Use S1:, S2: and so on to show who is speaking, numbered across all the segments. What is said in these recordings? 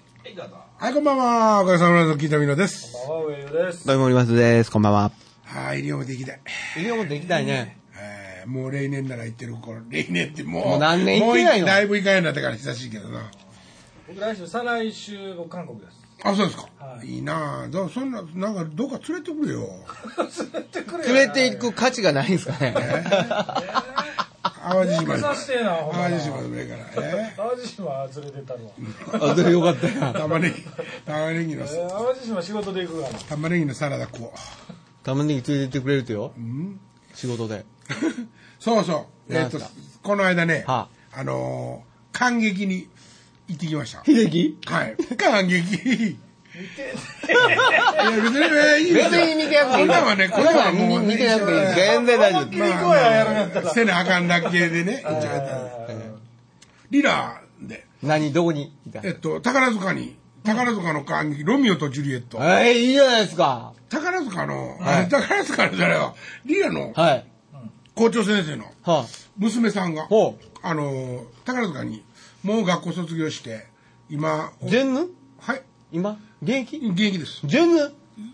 S1: はい、どうぞ。
S2: はい、こんばんは。おかげさまで聞いたみのです。
S1: 馬場上優です。
S3: どうもりますです。こんばんは。
S2: はい、両方できない。
S3: 医療もできたいね。
S2: えーもう例年なら行ってる頃、例年ってもう。
S3: もう何年行ってないの
S2: もうだいぶ行かんようになったから久しいけどな。
S1: 僕来週、再来週、僕韓国です。
S2: あ、そうですか。、
S1: はい
S2: いなぁ。だからそんな、なんかどっか連れてくれよ。
S1: 連れてくれよ。
S3: くれていく価値がないんですかね。
S2: 淡路島
S1: 連れてさせてよほんま
S2: 淡路島でもええから。え
S1: 淡路島連れてったの。
S3: あ、それよかった
S2: ー
S3: よ。
S2: 玉ねぎ、玉ねぎの
S1: え、ー淡路島仕事で行くから。
S2: 玉ねぎのサラダ食おう。
S3: 玉ねぎ連れてってくれるとよ。仕事で。
S2: そうそう。えっ、と
S3: なんす、
S2: この間ね、
S3: は
S2: あのー、感激に行ってきました。
S3: 秀樹
S2: はい。感激。いや、別にね、いいですよ
S3: 別に見てなくて
S2: こ
S3: いい
S2: んなんはね、こんなんはもうね、
S3: 見てなくてい
S2: 一緒だ
S3: い
S2: よ
S3: 全然大丈夫
S1: 思いっきり行こうや、やらなかったら。
S2: せなあかんだけでね、一応やったんですリラで、
S3: 何、どこにいた
S2: えっと、宝塚に、宝塚の感激、ロミオとジュリエット。
S3: えー、いいじゃないですか。
S2: 宝塚の、
S3: はい
S2: あ 宝塚のじゃないわ、リラの
S3: はい。
S2: 校長先生の
S3: は
S2: 娘さんが、
S3: ほ
S2: あの、宝塚に、もう学校卒業して、今、
S3: う。全ぬ
S2: はい、
S3: 今現役
S2: 現役です。
S3: 全ぬ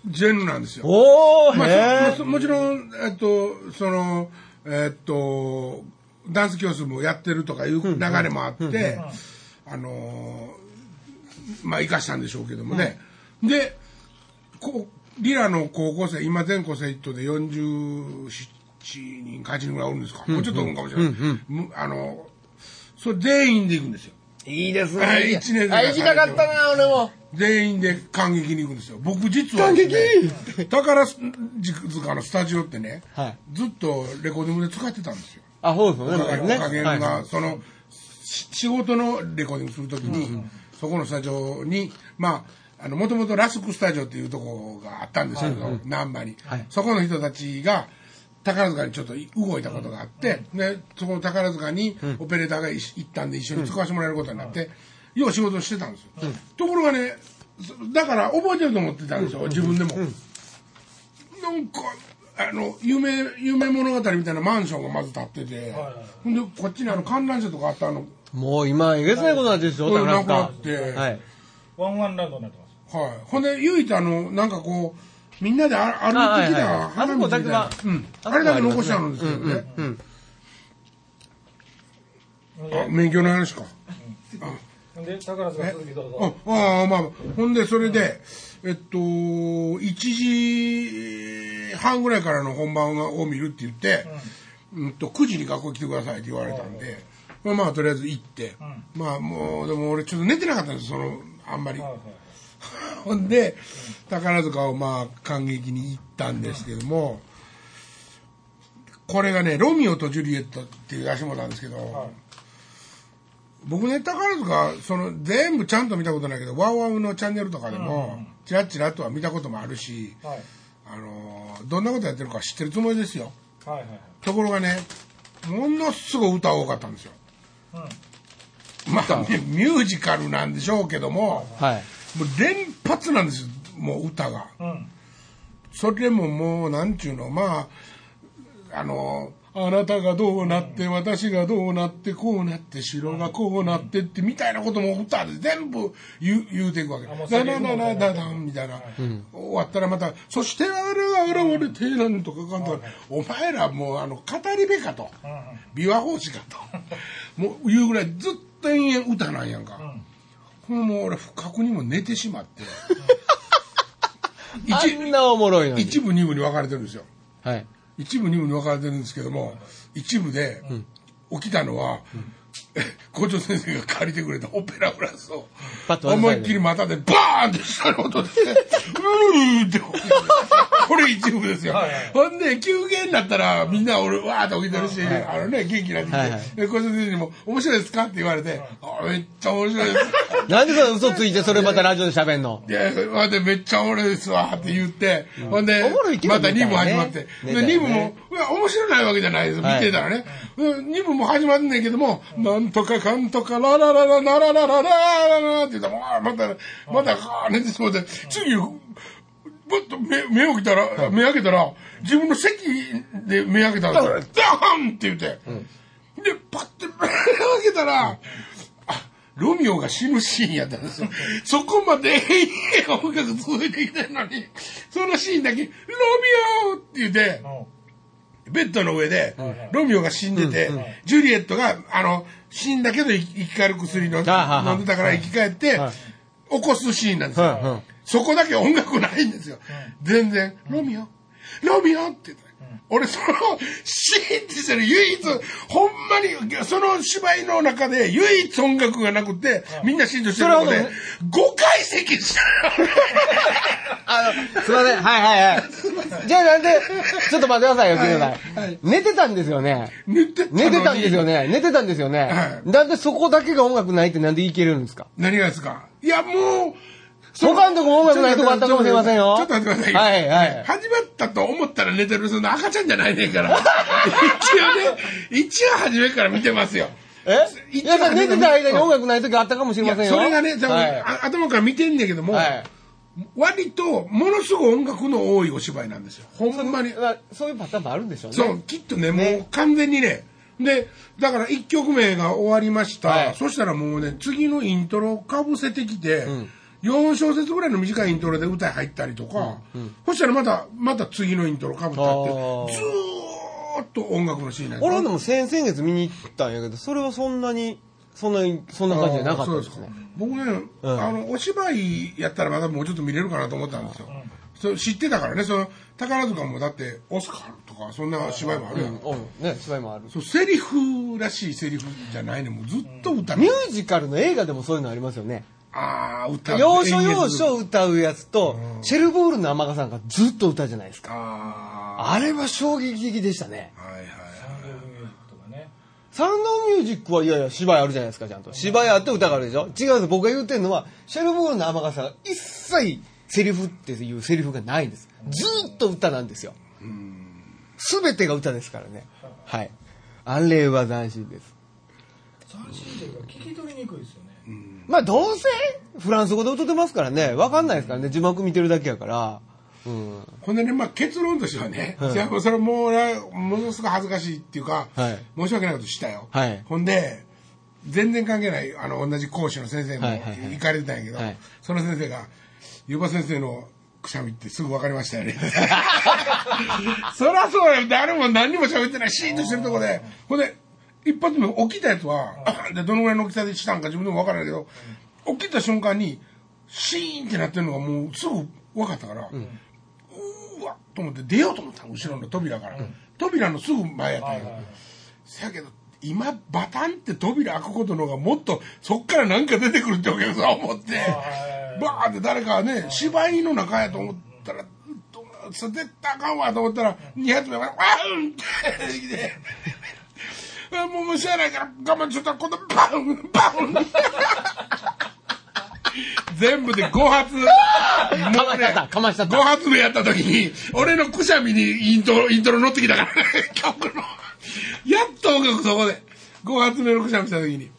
S2: 全部なんですよ。
S3: おー、
S2: まあ
S3: へ
S2: そ
S3: ー。
S2: もちろん、えっと、その、えっと、ダンス教室もやってるとかいう流れもあって、あのー、まあ、生かしたんでしょうけどもね。で、こうリラの高校生、今全校生徒で47人、8人ぐらいおるんですか。もうちょっとおるんかもしれない。むあの、それ全員で行くんですよ。
S3: いいですね。
S2: はい一年生
S3: あ、行きたかったな、俺も。
S2: 全員で感激に行くんですよ。僕実は、ね、宝塚のスタジオってね、
S3: はい
S2: ずっとレコーディングで使ってたんですよ。
S3: あ、そうですよね。
S2: だから、
S3: ね。
S2: 加減
S3: はい
S2: が、その、し仕事のレコーディングするときに、そこのスタジオに、まあ、あの、もともとラスクスタジオっていうとこがあったんですけど、難波に、
S3: はい
S2: そこの人たちが、宝塚にちょっと動いたことがあって、で、そこの宝塚にオペレーターがいし行ったんで一緒に使わせてもらえることになって、よう仕事をしてたんですよ。ところがね、そだから覚えてると思ってたんですよ、自分でも。なんか、あの、夢、夢物語みたいなマンションがまず建ってて、ほんで、こっちにあの観覧車とかあったあの、
S3: もう今、えげつないことになってるでしょ、
S2: うん
S3: 宝塚。
S2: なくなって
S3: はい。
S1: ワンワンランドになってます。
S2: はい。ほんで、唯一あの、なんかこう、みんなであ歩いてき
S3: あはい
S2: た
S3: はい
S2: 花道みたいな、
S3: あそこだけ
S2: う
S3: は
S2: ん。あれだけ残してあるんですけどね。
S3: うん。
S2: あ、免許の話か。
S1: で、宝塚続きどう
S2: あ
S1: ぞ。、
S2: ああまあ、ほんで、それで、えっと、1時半ぐらいからの本番を見るって言って、うんと、9時に学校来てくださいって言われたんで、まあまあ、とりあえず行って、まあもう、でも俺ちょっと寝てなかったんですその、あんまり。
S1: はいはい
S2: ほんで、宝塚をまあ、感激に行ったんですけども、これがね、ロミオとジュリエットっていう出してもらったんですけど、僕ね、宝塚、その、全部ちゃんと見たことないけど、ワウワウのチャンネルとかでも、チラッチラッとは見たこともあるし、
S1: はい
S2: あのー、どんなことやってるか知ってるつもりですよ。
S1: はいはい。
S2: ところがね、ものすごい歌多かったんですよ。まあ、ね、ミュージカルなんでしょうけども、
S3: はい。
S2: もう連発なんですよ、もう歌が。
S1: うん。
S2: それももう、なんちゅうの、まあ、あの、あなたがどうなって、私がどうなって、こうなって、城がこうなってって、みたいなことも歌で全部言う言うていくわけ。
S1: あもう
S2: だ
S1: セリ
S2: だ
S1: フも
S2: だだだだんみたいな。終わったらまた、そしてあれが現れて、なんとかかんとか、お前らもう、あの、語り部かと。琵琶法師か と。もう、いうぐらいずっと延々歌なんやんか。もう俺、不覚にも寝てしま って。
S3: あ
S2: 一
S3: んなおもろいのに。
S2: 一部二部に分かれてるんですよ
S3: はい。
S2: 一部二部に分かれてるんですけども一部で起きたのは、 校長先生が借りてくれたオペラグラスを
S3: パッと
S2: 思いっきり股でバーンって下の音で うーって起きてるこれ一部ですよ
S1: はいはい
S2: ほんで休憩になったらみんな俺わーって起きてるし、あのね元気になってきて、
S3: はいはい
S2: で校長先生にも「面白いですか?」って言われて「あめっちゃ面白いです」
S3: なんでその嘘ついてそれまたラジオで喋んの
S2: で、ほんで、めっちゃおもろいですわって言って、ほんで
S3: おもろい、けど
S2: ま
S3: 見
S2: た
S3: たい
S2: 2
S3: ね
S2: 部始まって、で、
S3: 見たいね
S2: 2部も、いや、面白ないわけじゃないです、見
S3: はい
S2: てたらね。2部も始まんねんけども、なんとかかんとか、ラララララララララララって言ったら、わあまた、また、はあ寝てしまって、次、ぶっと目、目を開けたら、目開けたら、自分の席で目開けたら、ダ ーンって言って、で、パッて目開けたら、あロミオが死ぬシーンやったん ですよ。そこまで永遠が音楽続いてきたのに、そのシーンだけ、ロミオって言って、ベッドの上で、ロミオが死んでて、ジュリエットが、あの、死んだけど生き生き返る薬飲んで
S3: あはいはい
S2: 飲んでたから生き返って
S3: は
S2: 起
S3: い、
S2: こすシーンなんですよ。
S3: はいはい
S2: そこだけ音楽ないんですよ。全然、ロミオ、ロミオって言って。俺、その、シーンってしてる唯一、ほんまに、その芝居の中で唯一音楽がなくて、みんな浸透してるの
S3: それは
S2: で
S3: ね、
S2: 5回席した。
S3: あの、すいません。はいは いはい。じゃあなんで、ちょっと待ってくださいよ、くだ
S2: は
S3: さ
S2: い
S3: い。寝てたんですよね。
S2: 寝てたのに
S3: 寝てたんですよね。寝てたんですよ
S2: は
S3: ね。なんでそこだけが音楽ないってなんでいけるんですか
S2: 何がですかいや、もう、
S3: 他のとこ音楽ないとこあったかもしれませんよ
S2: ちょっと待ってください。
S3: はいはい
S2: 始まったと思ったら寝てる、その赤ちゃんじゃないねん から。一応ね、一応初めから見てますよ。
S3: えいや、だから寝てた間に音楽ない時あったかもしれ
S2: いや
S3: ませんよ。
S2: それがね、多分
S3: はい
S2: あ頭から見てんねんけども、
S3: はい。
S2: 割と、ものすごい音楽の多いお芝居なんですよ。ほんまに。
S3: だからそういうパターンもあるんでしょうね。
S2: そう、きっとね、もう完全にね、で、だから1曲目が終わりました、
S3: はい
S2: そしたらもうね、次のイントロをかぶせてきて、4小節ぐらいの短いイントロで歌入ったりとか、そしたらまた、また次のイントロかぶったって、
S3: あー
S2: ずーっと音楽のシーンなん
S3: 俺はでも先々月見に行ったんやけど、それはそんなに、そんなに、そんな感じじゃなかったですね
S2: あー。そうですか僕ね、
S3: うん
S2: あのお芝居やったらまだもうちょっと見れるかなと思ったんですよ、そう知ってたからねその宝塚もだってオスカルとかそんな芝居もあるやん、
S3: うん、ね、芝居もある。
S2: そうセリフらしいセリフじゃないねもうずっと歌って、
S3: ミュージカルの映画でもそういうのありますよね。
S2: ああ歌って
S3: 要所
S2: 演
S3: 要
S2: 劇する
S3: 所歌うやつと、シェルボールの天賀さんがずっと歌うじゃないですか。
S2: あ
S3: あれは衝撃的でしたね。
S2: あはいはいはい
S3: サウンドオブミュージックはいやいや芝居あるじゃないですか、ちゃんと。芝居あって歌があるでしょ違うんです。僕が言ってるのは、シェルボールの天賀さんが一切セリフっていうセリフがないんです。ずーっと歌なんですよ。すべてが歌ですからね。はい。あれは斬新です。
S1: 斬新というか聞き取りにくいですよね、
S3: まあどうせフランス語で歌ってますからね、わかんないですからね、字幕見てるだけやから。うん。
S2: ほんでね、まあ、結論としてはね、いやもうそれもうな、ものすごい恥ずかしいっていうか、
S3: はい
S2: 申し訳ないことしたよ。
S3: はい
S2: ほんで、全然関係ない、あの、同じ講師の先生も
S3: はいはいはい
S2: 行かれてたんやけど、
S3: はい
S2: その先生が、湯葉先生のくしゃみってすぐ分かりましたよ ね。 そりゃそうよ。誰も何にも喋ってない、シーンとしてるとこで、ほんで、一発目起きたやつは、 で、どのぐらいの大きさでしたんか自分でも分からないけど、起きた瞬間に、シーンってなってるのがもうすぐ分かったから、うーわと思って出ようと思ったの後ろの扉から、扉のすぐ前やったんやけど、せやけど今バタンって扉開くことの方がもっとそっからなんか出てくるってお客さん思って
S1: い
S2: バーって誰かね芝居の中やと思ったらどう絶対あかんわと思ったら2発目が「わーん!」って出てきて。あもうもうしゃあないから我慢ちょっと今度バウンバウン全部で5発も
S3: かましちゃったかましちゃった
S2: 5発目やった時に俺のくしゃみにイントロイントロ乗ってきたからね 曲のやっと音楽そこで5発目のくしゃみした時に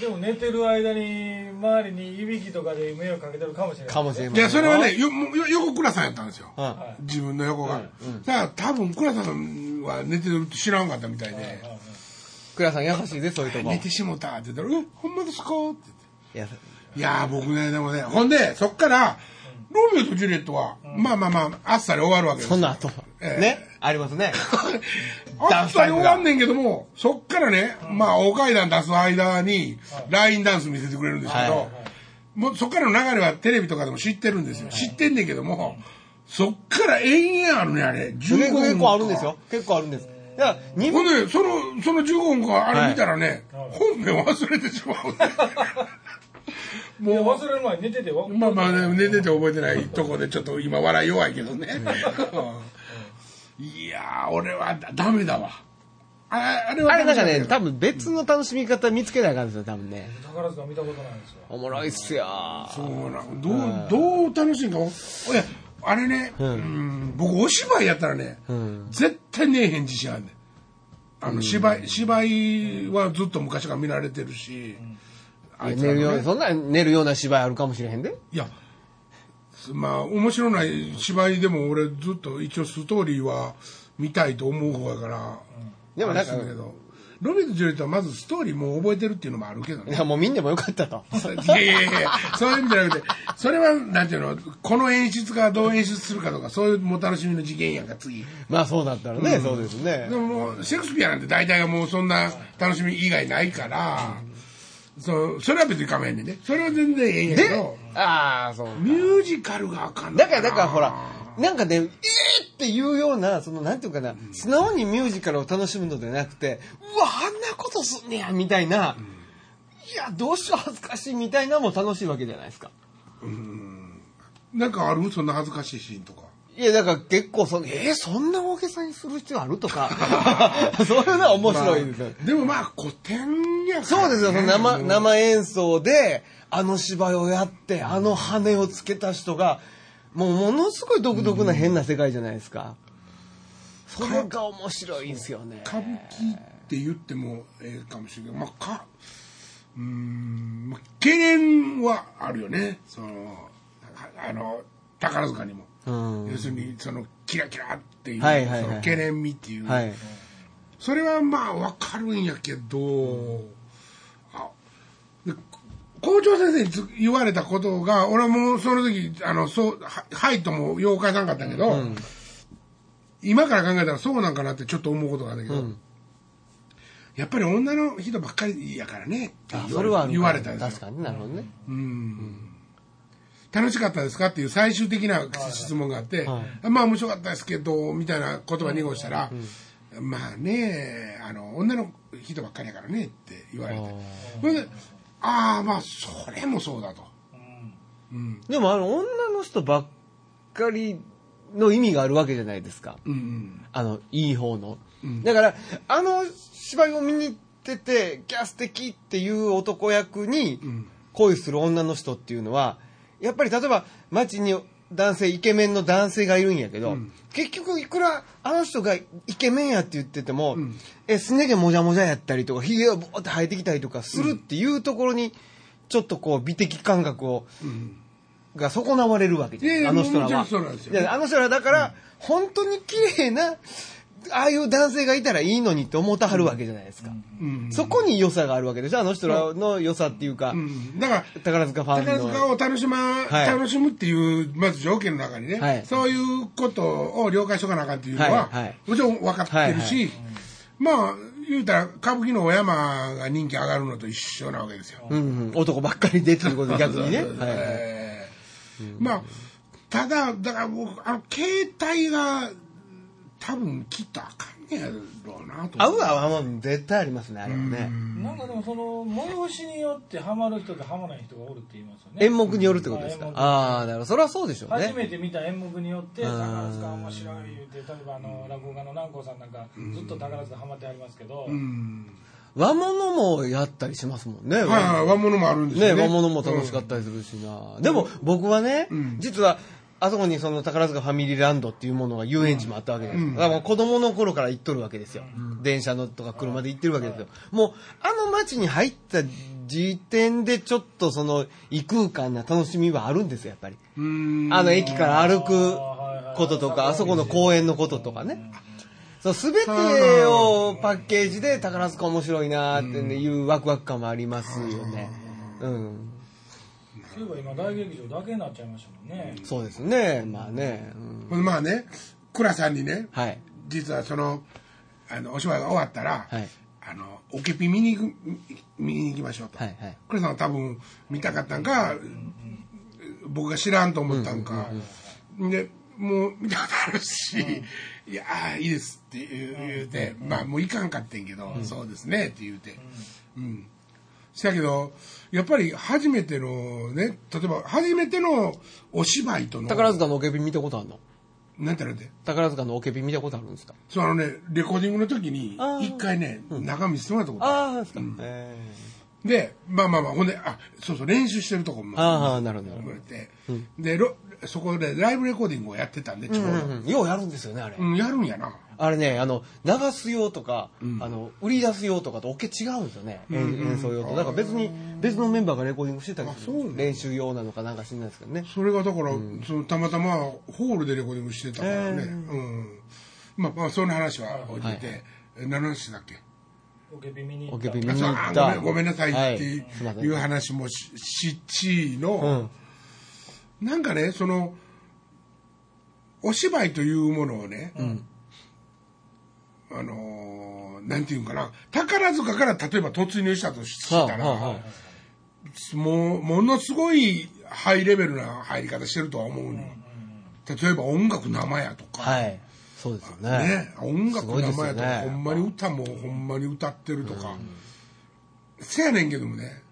S1: でも寝てる間に周りにいびきとかで迷惑かけてるかもしれない
S3: かもしれま
S2: い
S3: せんよ。
S2: やそれはねよよ横倉さんやったんですよ、
S3: うん。
S2: 自分の横が、だから多分倉さんは寝てるって知らんかったみたいで、
S3: 倉さん優しいで、そういうとこ
S2: 寝。てしもたって言ったら「えほんまですか?」って言って。
S3: 優し
S2: いやー僕ね、でもね、ほんで、そっから、ロミオとジュリエットは、まあまあまあ、あっさり終わるわけです
S3: そんな後。
S2: ええ
S3: ね。ありますね。
S2: あっさり終わんねんけども、そっからね、まあ、大階段出す間に、ラインダンス見せてくれるんですけ
S3: はい
S2: ど、もうそっからの流れはテレビとかでも知ってるんですよ。知ってんねんけども、そっから延々あるね、あれ。
S3: 結
S2: 15
S3: 構
S2: 分
S3: 結
S2: か
S3: 構あるんですよ。結構あるんです。だから、二
S2: ほ
S3: 分
S2: んで、その、その15分か、あれ見たらね、本編忘れてし まう。
S1: いや忘れる前に寝ててわ
S2: まあまあね、寝てて覚えてないとこでちょっと今笑い弱いけどね。いやー、俺はだダメだわ。ああれは
S3: あれ
S2: ダ
S3: な
S2: メだけ
S3: んかね、
S2: ど
S3: 多分別の楽しみ方見つけなあかんですよ、多分ね。
S1: 宝塚見たことないんですよ
S3: おもろいっすよ。
S2: そうなのどう、どう楽しいんか。おいや、あれね、うん僕お芝居やったらね、
S3: ん
S2: 絶対ねえへん自信あんねん。あの、芝居、芝居はずっと昔から見られてるし、あいつ
S3: 寝
S2: ら
S3: る
S2: の
S3: よう
S2: ね
S3: な、そんな寝るような芝居あるかもしれへんで。
S2: いや、すまあ、面白ない芝居でも俺ずっと一応ストーリーは見たいと思う方やから、
S3: でもなんか
S2: あれするけどロビーとジュリエットはまずストーリーもう覚えてるっていうのもあるけど
S3: い
S2: ね。
S3: や、もう見んでもよかったと。
S2: いやいやいや、そういう意味じゃなくて、それは、なんていうの、この演出がどう演出するかとか、そういうもう楽しみの次元やんか、次。
S3: まあそうだったらね、そうですね
S2: で。ももう、シェイクスピアなんて大体がもうそんな楽しみ以外ないから、そうそれは別に構えんねんね。それは全然ええんやけど、
S3: ああ、そう。
S2: ミュージカルがあかんの
S3: だから、だからほら、なんかね、えーっていうような、その、なんていうかな、素直にミュージカルを楽しむのではなくて、うわ、あんなことすんねや、みたいな、いや、どうしよう、恥ずかしい、みたいなのも楽しいわけじゃないですか。
S2: なんかあるそんな恥ずかしいシーンとか。
S3: いや、だから結構その、えー、そんな大げさにする必要ある とか、そういうのは面白いですよ。
S2: でもまあ、古典やから
S3: そ
S2: ね
S3: うですよ、その生、生演奏で、あの芝居をやって、あの羽をつけた人が、もうものすごい独特な変な世界じゃないですか。それが面白いんですよね。
S2: 歌舞伎って言ってもええかもしれないけど、まあ、かうーんまあ懸念はあるよねそのああの宝塚にも、
S3: うん
S2: 要するにそのキラキラっていう、
S3: はいはいはい
S2: その懸念味っていう、
S3: はい。
S2: それはまあわかるんやけど、あで校長先生につ言われたことが俺はもうその時あのそうははいともよう返さんかったけど、今から考えたらそうなんかなってちょっと思うことがあるんだけど、
S3: うん
S2: やっぱり女の人ばっかりやからねって
S3: あ、
S2: 言
S3: そ
S2: わ
S3: れ
S2: れ
S3: はある
S2: 言われたんです
S3: 確
S2: よ
S3: かになるほどね。
S2: 楽しかったですかっていう最終的な質問があって、
S3: は
S2: まあ面白かったですけどみたいな言葉濁したら、まあねあの女の人ばっかりやからねって言われて
S3: あー
S2: それでああまあそれもそうだと、うん
S3: でもあの、女の人ばっかりの意味があるわけじゃないですか。
S2: うんうん
S3: あの、いい方の。
S2: ん
S3: だから、あの芝居を見に行ってて、キャス的っていう男役に
S2: ん
S3: 恋する女の人っていうのは、やっぱり例えば街に男性、イケメンの男性がいるんやけど、結局いくらあの人がイケメンやって言ってても、え、すね毛もじゃもじゃやったりとか、ひげがぼーって生えてきたりとかするっていうところに、ちょっとこう美的感覚を、が損なわれるわけじゃん
S2: いやいや
S3: あの人
S2: も
S3: ら
S2: ちろ
S3: は
S2: んそうなんですよ
S3: いやあの人らだから、本当に綺麗なああいう男性がいたらいいのにって思ってはるわけじゃないですか、
S2: うん
S3: そこに良さがあるわけでしょあの人らの良さっていうか、
S2: うん、だから
S3: 宝塚ファンの
S2: 宝塚を楽し,、ま
S3: はい
S2: 楽しむっていうまず条件の中にね、
S3: はい
S2: そういうことを了解しとかなあかんっていうのは、
S3: はいはい
S2: もちろん分かってるし、まあ言うたら歌舞伎のお山が人気上がるのと一緒なわけですよ。
S3: うんうん、男ばっかりでっていうことで逆にね、はいはい
S2: えーまあただだから僕あの携帯が多分きっとあかんねやろうなと
S3: 合う合わんは絶対ありますねあれはね、
S1: なんかでもその催しによってハマる人とハマない人がおるって言いますよね
S3: 演目によるってことですか、
S1: うん
S3: ああなるほどそれはそうでしょうね
S1: 初めて見た演目によって
S3: うん
S1: 宝塚面白い言うて例えばあの落語家の南光さんなんかずっと宝塚ハマってありますけど、
S2: うん
S3: 和物もやったりしますもんね、
S2: はいはい和物もあるんです
S3: ね
S2: よね
S3: 和物も楽しかったりするしな、でも僕はね、実はあそこにその宝塚ファミリーランドっていうものが遊園地もあったわけじゃないですか、だからもう子供の頃から行っとるわけですよ、電車のとか車で行ってるわけですよ、もうあの街に入った時点でちょっとその異空間な楽しみはあるんですよやっぱり、
S2: うん
S3: あの駅から歩くこととかあそこの公園のこととかね、そう全てをパッケージで宝塚面白いなーっていうワクワク感もありますよね。うん
S1: そういえば今大劇場だけになっちゃいましたもんね、
S3: そうですね、まあね。うん
S2: ほんでまあね倉さんにね
S3: はい。
S2: 実はそのあのお芝居が終わったら、
S3: はい
S2: あのオケピ見に行く見に行きましょうと、
S3: はいはい
S2: クレさんは多分見たかったんか、僕が知らんと思ったんか、でもう見たことあるし、いやーいいですって言う言うて、まあもういかんかってんけど、そうですねって言うてうん、したけどやっぱり初めてのね例えば初めてのお芝居との
S3: 宝塚のオケビ見たことあるの
S2: なんてなんて
S3: 宝塚のオケビ見たことあるんですか
S2: そうあのねレコーディングの時に
S3: あー
S2: 一回ね中見せてもらったことあ
S3: ああ、ですか。え
S2: るでまあまあまあほんであそうそう練習してるとこ
S3: ー
S2: も
S3: ああ、なるほどなる
S2: 言
S3: ほ
S2: われて、でロそこでライブレコーディングをやってたんでちょう
S3: ど。うんうんようやるんですよね、あれ
S2: ど、。うんやるんやな
S3: あれね、あの、流す用とか、あの、売り出す用とかとオケ違うんですよね。演演奏用と。だから別に、別のメンバーがレコーディングしてたりす
S2: あそうな
S3: る
S2: の
S3: 練習用なのかなんか知んないですけどね。
S2: それがだから、そのたまたまホールでレコーディングしてたからね、うんまあまあその話は置いてて、え何の話だっけ
S1: えオケビ見に行
S3: オ
S1: っ
S3: ケ
S1: た
S3: ビ見
S2: あ
S3: に
S2: そう
S3: 行
S2: あ
S3: っ
S2: ごめ
S3: た
S2: んごめんなさい
S3: は
S2: っていう
S3: すません
S2: いう話もししちの、なんかねそのお芝居というものをね、あのーなんていうんかな宝塚から例えば突入したとし
S3: は
S2: たら、
S3: あは
S2: もうものすごいハイレベルな入り方してるとは思うの、例えば音楽生やとか、
S3: あはいそうですよね
S2: ね、音楽の名
S3: すご
S2: 前やとか、
S3: いですよね
S2: ほんまに歌もほんまに歌ってるとか、せやねんけどもね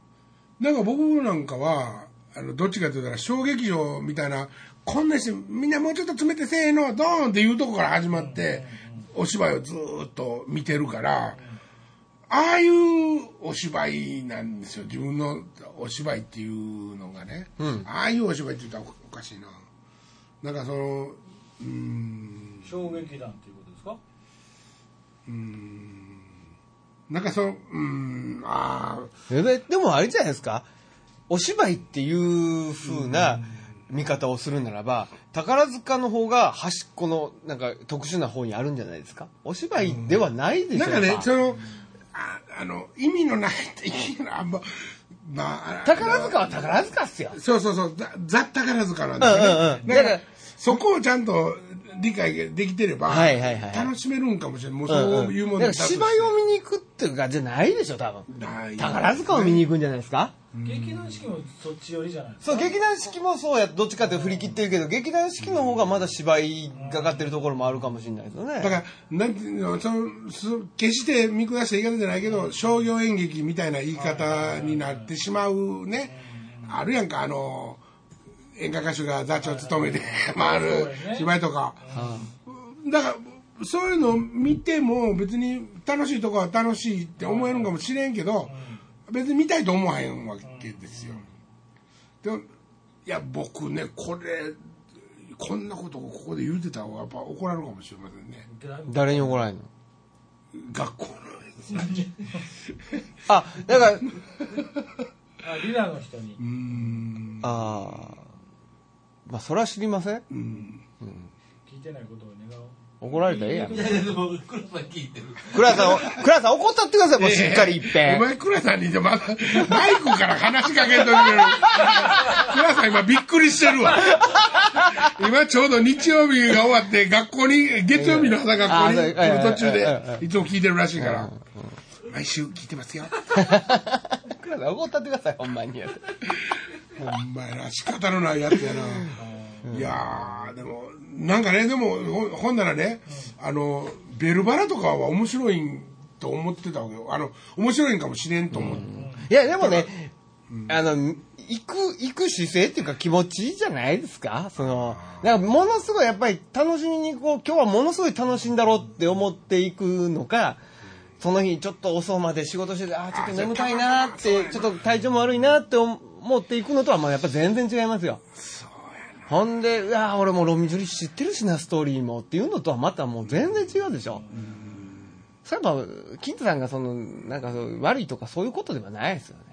S2: なんか僕なんかはあのどっちかというと小劇場みたいなこんなしみんなもうちょっと詰めてせーのドーンっていうとこから始まって、お芝居をずーっと見てるから、ああいうお芝居なんですよ自分のお芝居っていうのがね、ああいうお芝居って言ったらおかしいななんかそのうーん
S1: 衝撃弾っていうことですか
S2: なんかその、うーん、あ
S3: でででもあれじゃないですかお芝居っていう風な見方をするならば宝塚の方が端っこのなんか特殊な方にあるんじゃないですかお芝居ではないで
S2: あ、な
S3: しょうん
S2: かね、その、ああの、意味のない、意味のあんま、まあ、
S3: 宝塚は宝塚っすよ
S2: そうそうそう、ザ・ザ宝塚なんですよね。
S3: うんうんうん
S2: だか
S3: だから
S2: ら、そこをちゃんと理解できてれば、
S3: はいはいはい
S2: 楽しめるんかもしれない。もう
S3: うん
S2: そううんいうもん
S3: だから芝居を見に行くっていうかじゃないでしょ多分
S2: ない
S3: 宝塚を見に行くんじゃないですか
S1: 劇団四季もそっち寄りじゃないです
S3: そ
S1: か
S3: う劇団四季もそうやどっちかって振り切ってるけど劇団四季の方がまだ芝居がかってるところもあるかもしれないですよね
S2: だから、なんていうの、その、そ決して見下した言い方じゃないけど、商業演劇みたいな言い方になってしまうね。あるやんか、あの、演歌歌手が座長務めて 回る芝居とか。だから、そういうのを見ても別に楽しいとこは楽しいって思えるんかもしれんけど、別に見たいと思わへんわけですよ。でも、いや、僕ね、これ、こんなことをここで言うてたらやっぱ怒られるかもしれませんね。
S1: だいぶ
S3: 誰に怒られるの
S2: 学校の
S3: あだから
S1: あリラの人に
S2: うーん
S3: ああまあそれは知りません
S2: うん
S1: 聞いてないことを願おう
S3: 怒られたらええやん
S4: いやいや、でも、黒田さん聞いてる。
S3: 倉さん倉さん怒ったってくださいもうしっかり一
S2: お
S3: 遍
S2: 前倉さんにじゃまだマイクから話しかけんといてる 倉さん今びっくりしてるわ今ちょうど日曜日が終わって学校に月曜日の朝学校に
S3: あそう
S2: 来る途中
S3: うんうん
S2: でいつも聞いてるらしいから毎週聞いてますよ
S3: 倉さん怒ったってくださいほんまにやって
S2: ほんまやな仕方のないやつやな、いやーでもなんかねでもほほんならね、あのベルバラとかは面白いんと思ってたわけよあの面白いんかもしれんと思って、
S3: いやでもねあの行く行く姿勢っていうか気持ちいいじゃないですかそのだからものすごいやっぱり楽しみにこう今日はものすごい楽しいんだろうって思っていくのかその日ちょっと遅まで仕事しててあーちょっと眠たいなーってちょっと体調も悪いなーって思っていくのとはまあやっぱ全然違いますよ。ほんで、うわー俺もロミジュリ知ってるしな、ストーリーもっていうのとはまたもう全然違うでしょ。そういえば、金太さんがその、なんかそう悪いとかそういうことではないですよね。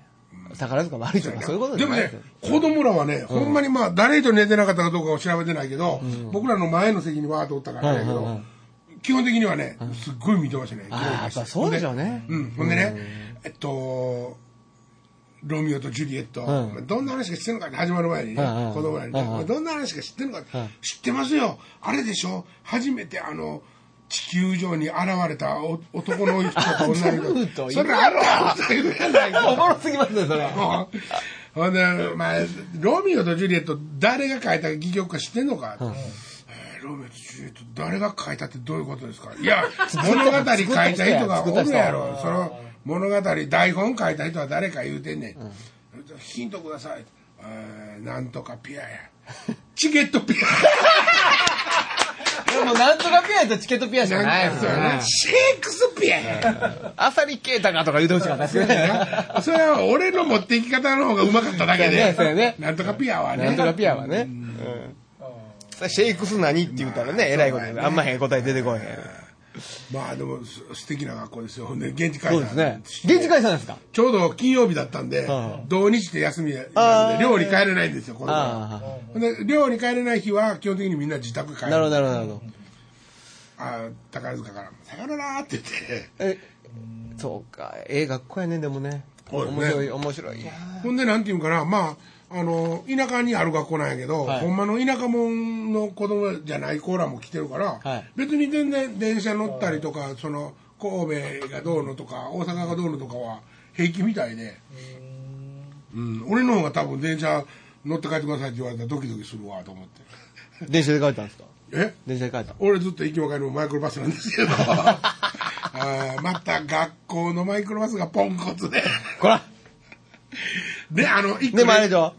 S3: 宝塚悪いとかそういうこと
S2: で
S3: では
S2: も
S3: ないで
S2: ね
S3: すよ。
S2: 子供らはね、ほんまにまあ誰と寝てなかったかどうかを調べてないけど、僕らの前の席にわーっとおったからあれやけど、
S3: うんうんうん
S2: 基本的にはね、すっごい見てましたね
S3: あーやっぱそうでしょうね
S2: うん、ほんでね、えっと、ロミオとジュリエット、
S3: う
S2: どんな話か知ってるのかって始まる前にね、
S3: うんうん
S2: 子供らに、
S3: うんうん
S2: どんな話か知ってるのかって、
S3: うん
S2: 知ってますよ、あれでしょ、初めてあの、地球上に現れたお男の人と女 の
S3: ずーっ
S2: 人。
S3: と言う
S2: それあるわやない か
S3: おもろすぎますね、それ。
S2: ほんで、まあ、ロミオとジュリエット、誰が書いた戯曲か知ってんのか、えーロミオとジュリエット、誰が書いたってどういうことですかいや、物語書いた人がおるやろ。その物語、台本書いた人は誰か言うてんねん。ヒントください。えーなんとかピアや。チケットピ
S3: でも、なんとかピアとチケットピアじ
S2: ア。
S3: ゃ
S2: な
S3: なんい
S2: か
S3: で
S2: そう
S3: すよ
S2: やな
S3: ね。
S2: シェイクスピアや。
S3: アサリケータかとか言うてほしかったですね。
S2: それは俺の持っていき方の方がうまかっただけ
S3: そうやねそうや
S2: で
S3: ね。
S2: なんとかピアはね。
S3: なんとかピアはね。うんさシェイクス何って言うたらね、えらいことやねあんまへん答え出てこへん。
S2: まあでもす素敵な学校ですよ。ほんで現地解散。
S3: そうですね。現地解散ですか
S2: ちょうど金曜日だったんで
S3: う、
S2: 土日で休みなん
S3: あ
S2: で、
S3: ー
S2: 寮に帰れないんですよ、この
S3: ああ。
S2: ほんで、寮に帰れない日は、基本的にみんな自宅帰る。
S3: なるほど、なるほどなるほど。
S2: あー宝塚から、さよならって言って、
S3: え、そうか、ええ学校やね、でもね。
S2: そうですね
S3: 面白い、面白い。いや
S2: ほんで、なんていうんかな、まあ、あの、田舎にある学校なんやけど、
S3: はい
S2: ほんまの田舎者の子供じゃない子らも来てるから、
S3: はい
S2: 別に全然電車乗ったりとか、その、神戸がどうのとか、大阪がどうのとかは平気みたいで、うん、俺の方が多分電車乗って帰ってくださいって言われたらドキドキするわと思って。
S3: 電車で帰ったんですか
S2: え
S3: 電車で帰った。
S2: 俺ずっと行き分かりのマイクロバスなんですけ ど、あーまた学校のマイクロバスがポンコツで、
S3: こら
S2: で、あの、一個ね
S3: でもあれでしょ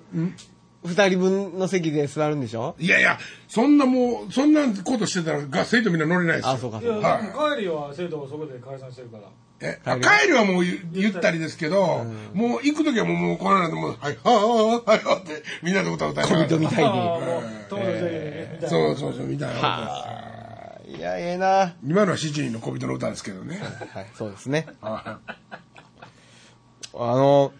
S3: 二人分の席で座るんでしょ
S2: いやいや、そんなもう、そんなことしてたら、が生徒みんな乗れないですよ。
S3: あ、そうか、
S1: い
S3: そう
S1: や、
S3: か。
S2: はい
S1: でも帰りは生徒はそこで解散してるから。
S2: えあ帰りはもうゆゆったりですけど、もう行くときはもう、もうこの間もう、はい、はぁ、はい、はぁって、みんなで歌歌いながら
S3: 小人みた い
S1: ああ、
S3: に。
S1: もう、友達だけみたいな。
S2: そうそうそう、みたいな。
S3: いや、ええな。
S2: 今のは七人の小人の歌ですけどね。
S3: はい、そうですね。
S2: は
S3: あの、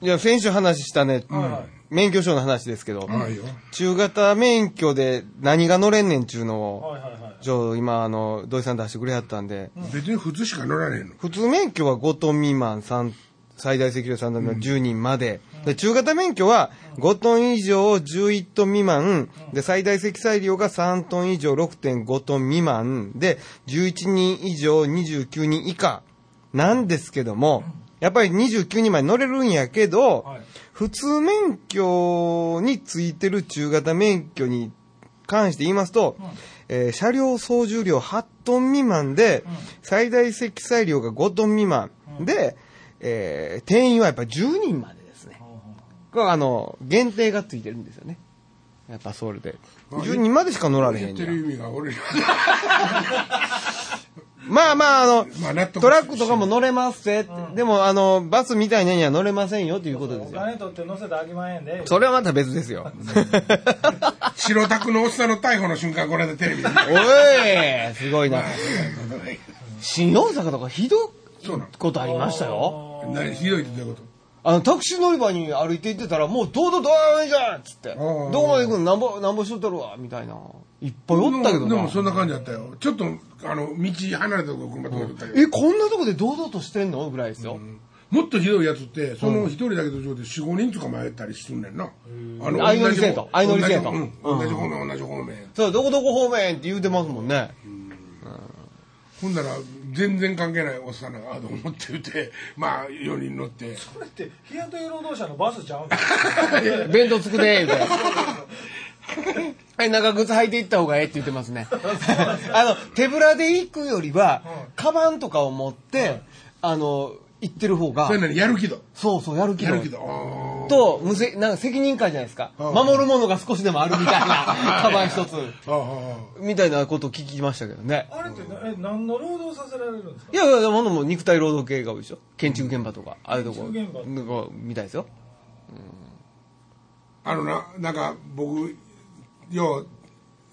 S3: いや、先週話したね、
S1: は
S3: 免許証の話ですけど、
S2: いはいよ。
S3: 中型免許で何が乗れんねんちゅうのを、
S1: はいはいはい。
S3: ちょうど今、あの、土井さん出してくれはったんで、
S2: 別に普通しか乗られへんの。
S3: 普通免許は5トン未満、三最大積量3トンの10人まで、で中型免許は5トン以上11トン未満、で最大積載量が3トン以上6.5トン未満で11人以上29人以下なんですけども、やっぱり29人まで乗れるんやけど、
S1: はい
S3: 普通免許についてる中型免許に関して言いますと、えー車両総重量8トン未満で、最大積載量が5トン未満で、えー定員はやっぱ10人までですね。これはあの、限定がついてるんですよね。やっぱそれで。10人までしか乗られへ
S2: 言
S3: ん
S2: っ
S3: じ
S2: て
S3: ゃん。
S2: る意味が俺ら。
S3: まあまあ、あの、
S2: まあ納得
S3: トラックとかも乗れますぜって、でも、あの、バスみたいなには乗れませんよということで
S1: お
S3: すよ。
S1: 金取って乗せたらあきまへんで。
S3: それはまた別ですよ。
S2: 白タクのおっさんの逮捕の瞬間、これでテレビで見た。
S3: おいすごいな。新大阪とかひど
S2: そうなの
S3: いことありましたよ。
S2: 何ひどいってどういうこと
S3: あの、タクシー乗り場に歩いて行ってたら、もう、どうどうどうじゃんっつって、ど
S2: ー
S3: こまで行くのなんぼ、なんぼしとったるわ、みたいな。いっぱいおったけど
S2: で
S3: な
S2: も。そんな感じだったよちょっとあの道離れたとこ車止めとったけど、
S3: え、こんなとこで堂々としてんのぐらいですよ。
S2: もっとひどいやつってその一人だけの上で45人捕まえたりすんねんなあの
S3: 相乗り
S2: 同じ
S3: 生徒相乗り生徒
S2: 同じ,、うん、同じ方面同じ方面
S3: そう、どこどこ方面って言うてますもんね。
S2: ほんなら全然関係ないおっさんがあと思って言って まあ4人乗って
S1: これって、日雇い労働者のバスちゃうん
S3: 弁当作れ、み たいな。はい、長靴履いていった方がええって言ってます ね。あの、手ぶらで行くよりは、カバンとかを持って、あの、行ってる方が
S2: それ、なにやる気だ
S3: そうそう、やる気
S2: や
S3: が
S2: る気だあ
S3: と、無責、なんか責任感じゃないですか。守るものが少しでもあるみたいな、カバン一つ。
S2: ーあ
S3: みたいなことを聞きましたけどね。
S1: あれってな、え、何の労働させられるんですか
S3: いやいや、でももう肉体労働系が多いでしょ。建築現場とか、ああいうとこ、
S1: 建築現
S3: なんかみたいですよ。
S2: ああのななんか僕よう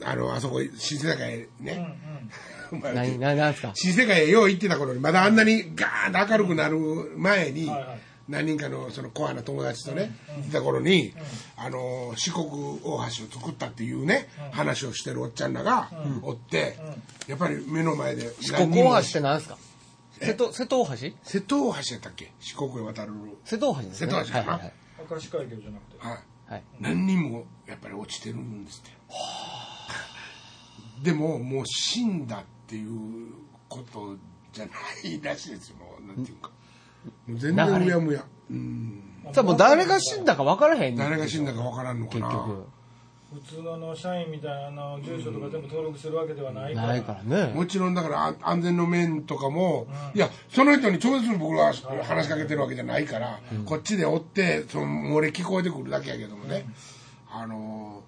S2: あのあそこ新世界へね、 お前
S3: 何、何、何ですか
S2: 新世界へよう行ってた頃にまだあんなにガーンと明るくなる前に、
S1: はいはい
S2: 何人かのそのコアな友達とね、行ってた頃に、あの四国大橋を作ったっていうね、話をしてるおっちゃんらがおって、やっぱり目の前で
S3: 四
S2: 何
S3: 国
S2: 人も
S3: 大橋って何ですか瀬戸、瀬戸大橋
S2: 瀬戸大橋やったっけ四国へ渡る、
S3: 瀬戸大橋です
S2: 瀬
S3: ね。
S2: 戸大橋かな
S3: はいはいはい
S1: 明石海峡じゃなくて。
S2: はい、
S3: はい。
S2: 何人もやっぱり落ちてるんですってでももう死んだっていうことじゃないらしいですよもうなんていうかもう全然うやむやうん
S3: さあもう誰が死んだか分からへんねん
S2: 誰が死んだかわからんのか
S3: 結
S2: な
S3: 局。
S1: 普通のあの社員みたいなあの住所とか全部登録するわけではないから。
S3: ないからね。
S2: もちろんだからあ安全の面とかも、いやその人に直接僕は話しかけてるわけじゃないから、こっちで追ってその漏れ聞こえてくるだけやけどもね、あの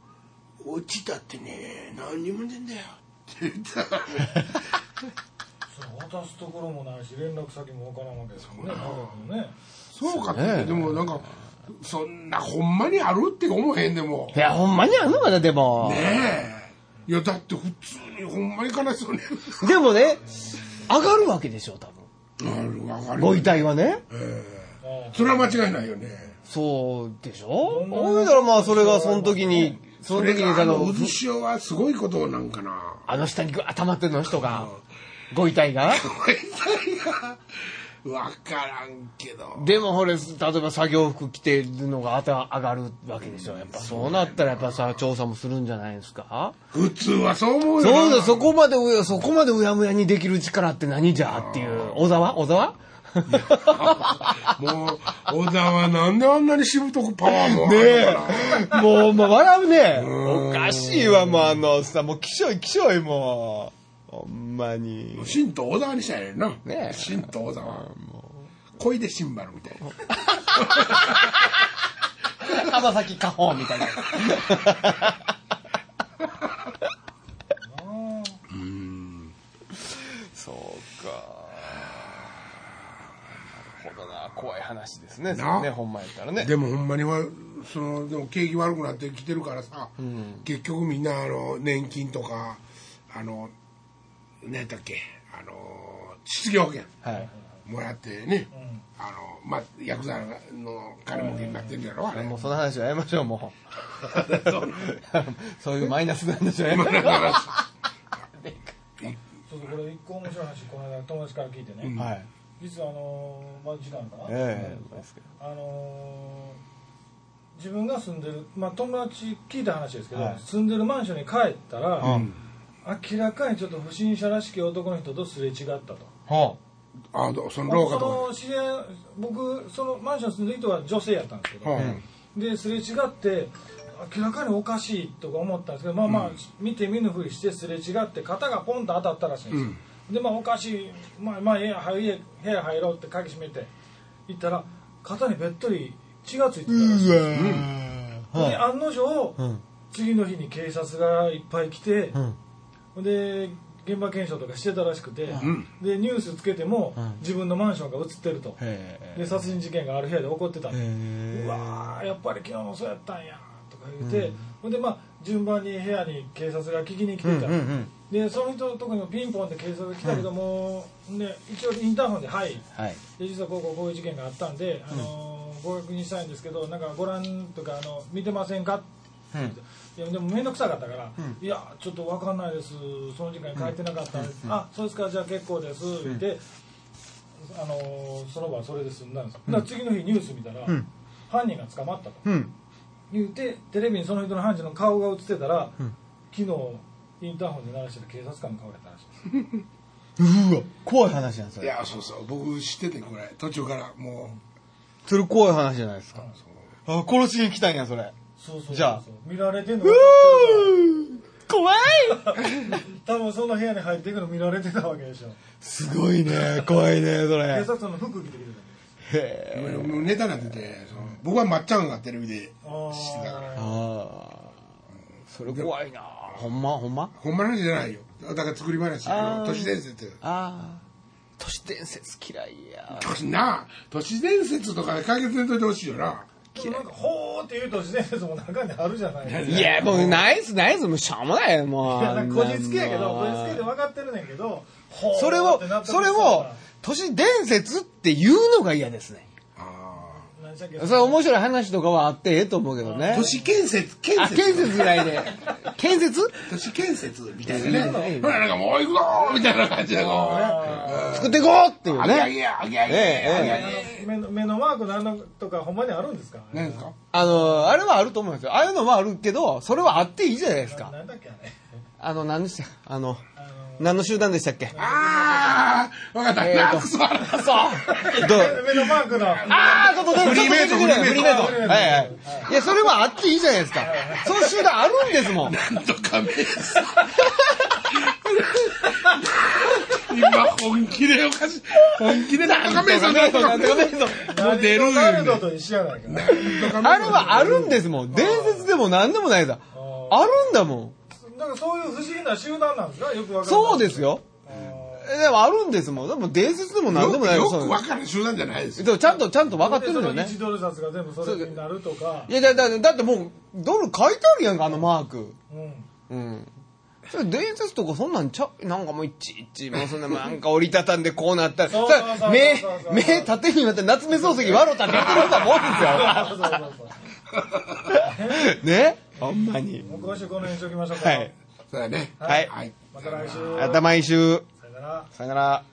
S2: ー落ちたってね何にもねえんだよって言ったらね
S1: そう渡すところもないし連絡先もわからんわけですもんね。そうね。
S2: そうかって、でもなんか、そんなほんまにあるって思えへんでも。
S3: いや、ほんまにあんのかな、でも。
S2: ねえ。いや、だって普通にほんまに悲しそうね。
S3: でもね、上がるわけでしょ、多分。
S2: あるわかる。
S3: ご遺体はね。
S2: それは間違いないよね。
S3: そうでしょほいだらまあ、それがその時に、
S2: そ
S3: その
S2: れ
S3: 時に
S2: が、あ
S3: そ
S2: の、
S3: の、
S2: 渦潮はすごいことなんかな。
S3: あの下にぐわー溜まってるの人が、ご遺体が。
S2: ご遺体が、わからんけど
S3: でもほれ例えば作業服着てるのが頭上がるわけでしょやっぱそうなったらやっぱさ調査もするんじゃないですか
S2: 普通はそう思うよ
S3: そうだ
S2: な
S3: そこまでうやそこまでうやむやにできる力って何じゃっていう小沢小沢
S2: もう小沢なんであんなにしぶとくパワーもあ
S3: ね
S2: る のか
S3: えもう、まあ、笑うね
S2: うん
S3: おかしいわもうあのさもうきしょいきしょいもうほんまに
S2: な神道小沢にしたらええな
S3: ねえ
S2: 神道小沢恋でシンバルみたいな
S3: 浜崎花穂みたいなそうかなるほどな怖い話ですねそ
S2: な
S3: れねほんまやったら ね
S2: でもほんまにわそのでも景気悪くなってきてるからさ、結局みんなあの年金とかあの何だっけあの失業保険
S3: はい
S2: もらってね、あのまあヤクザの金儲けになってるやろあれ、
S3: もうその話はやめましょうも うそういうマイナスな話はやめ
S2: ま
S3: ま
S2: あ
S3: しょ
S2: だか
S3: う
S2: ら
S1: そうそうこれ一個面白い話この間友達から聞いてね、
S3: はい
S1: 実はあのーまあ時間かな、
S3: ええですけど
S1: あのー自分が住んでる、まあ、友達聞いた話ですけど、
S3: はい
S1: 住んでるマンションに帰ったら、
S3: うん
S1: 明らかにちょっと不審者らしき男の人とすれ違ったと
S3: ほ
S2: あのその廊下
S1: そ
S2: と
S1: の知り合い僕そのマンション住んでる人は女性やったんですけ
S2: か
S1: ど、
S2: うん
S1: ですれ違って明らかにおかしいとか思ったんですけどまあまあ、見て見ぬふりしてすれ違って肩がポンと当たったらしいんですよ、でまあおかしい、まあ、まあ家入れ部屋入ろうって鍵閉めて行ったら肩にべっとり血がついてたらしいんですよで案の定、次の日に警察がいっぱい来て、で現場検証とかしてたらしくて、でニュースつけても、自分のマンションが映ってると、で殺人事件がある部屋で起こってた、うわーやっぱり昨日もそうやったんやとか言って、ほんでまあ順番に部屋に警察が聞きに来てた、でその人特にピンポンって警察が来たけども、ね、一応インターホンで「はい」
S3: はい
S1: で実はこうこうこういう事件があったんで、あのーご確認したいんですけどなんかご覧とかあの見てませんかいやでも面倒くさかったから、いやちょっと分かんないですその時間に帰ってなかったんです、あそうですかじゃあ結構です、で、あのーその場はそれで済んだんです、だから次の日ニュース見たら、犯人が捕まったと、
S3: うん
S1: 言うてテレビにその人の判事の顔が映ってたら、昨日インターホンで鳴らしてた警察官が倒れたらしいです
S3: うわ怖い話なんです
S2: いやそうそう僕知っててこれ途中からも
S3: それ怖い話じゃないですかあ殺しに来たんやそれ
S1: そうそうそうそう
S3: じゃあ
S1: 見られてんの
S3: う
S1: 分かってるから
S3: 怖い
S1: 多分その部屋に入っていくの見られてたわけでしょ
S3: すごいね怖いねそ
S1: 警
S3: れ
S1: 察官の服着てきて
S2: うもうネタになっててその僕はまっちゃんがテレビで
S1: たあ
S2: 知ってたから
S1: あ
S3: あーそれ怖いなほんまほんま
S2: ほんまの話じゃないよだから作り話あの
S3: あー
S2: 都市伝説
S3: ああ都市伝説嫌いや
S2: 都市な都市伝説とかで解決せんといてほしいよな
S1: でもなんか「ほー」って言うと自然説も中にあるじゃない ですか
S3: いやもうナイスナイスもうしょうもないよもう
S1: いやなんか こじつけやけどこ
S3: あんな
S1: じ
S3: ん
S1: つけで分かってるねんけどほー
S3: それを
S1: って納得
S3: それ
S1: したか
S3: を
S1: ら
S3: 都市伝説って言うのが嫌ですね
S2: あ
S1: 何でしたっけ
S3: それは面白い話とかはあってええと思うけどね
S2: ー都市建設建
S3: あ
S2: 設
S3: 建設ぐらいで建設
S2: 都市建設みたい
S3: いい
S2: な
S3: ねいい
S2: ね
S3: ね
S2: ほらなんかもう行くぞーみたいな感じでこうね
S3: 作っていこうっていう
S2: あげあ
S3: ね
S2: げあげあげ
S3: ええ
S1: あの
S3: え
S1: 目の目のマークなんのとかほんまにあるんですか
S2: 何ですか
S3: あのあれはあると思うんですよああいうのもあるけどそれはあっていいじゃないですか
S1: 何だっけあれ
S3: あの何でしたあの
S1: あの
S3: 何の集団でしたっけ
S2: ああわかったなくそあらそう
S3: ど う
S1: 目のマークの
S3: ああ、ちょっとね、
S2: フリーメイト
S3: ちょっと出てくれ
S2: フリーメイ
S1: ト
S3: フリーメイトはいはい。いや、それはあっていいじゃないですか。そういう集団あるんですもん。
S2: なんとかめさ今本気でおかしい本気でなんとかめさんなんとか
S3: なん
S2: め
S3: とか
S2: さ
S3: メイト
S2: もう出る
S1: ガルドと一緒やないか
S3: あれはあるんですもん。伝説でも何でもないだ。あるんだもん。
S1: なんかそういう不思議な集団なんですかよくわかんない
S3: そうですよ。
S1: あー
S3: えでもあるんですもん。でも伝説でも何でもない
S2: よ
S3: よ。
S2: く
S3: そう
S2: わかる集団じゃないですよ
S3: でもちゃんと、ちゃんと分かってるんだよ
S1: で
S3: ね
S1: その。1ドル札が全部それになるとか
S3: いや、だだだってもう、ドル書いてあるやんか、あのマーク。
S1: うん
S3: うん。それ伝説とかそんなんちゃうなんかもういちいちもうそんななんか折りたたんでこうなったら
S1: そうそうそう
S3: さ
S1: そう
S3: 目目縦になって夏目漱石笑うたって言ってるようなも
S1: そう
S3: ん
S1: そうそうそう
S3: ですよねほんまに
S1: もう今週この辺にしときましょうか。
S3: はい
S2: そうやね
S3: はい
S2: はい
S1: また来週。
S3: また毎週
S1: さよなら。
S3: さよなら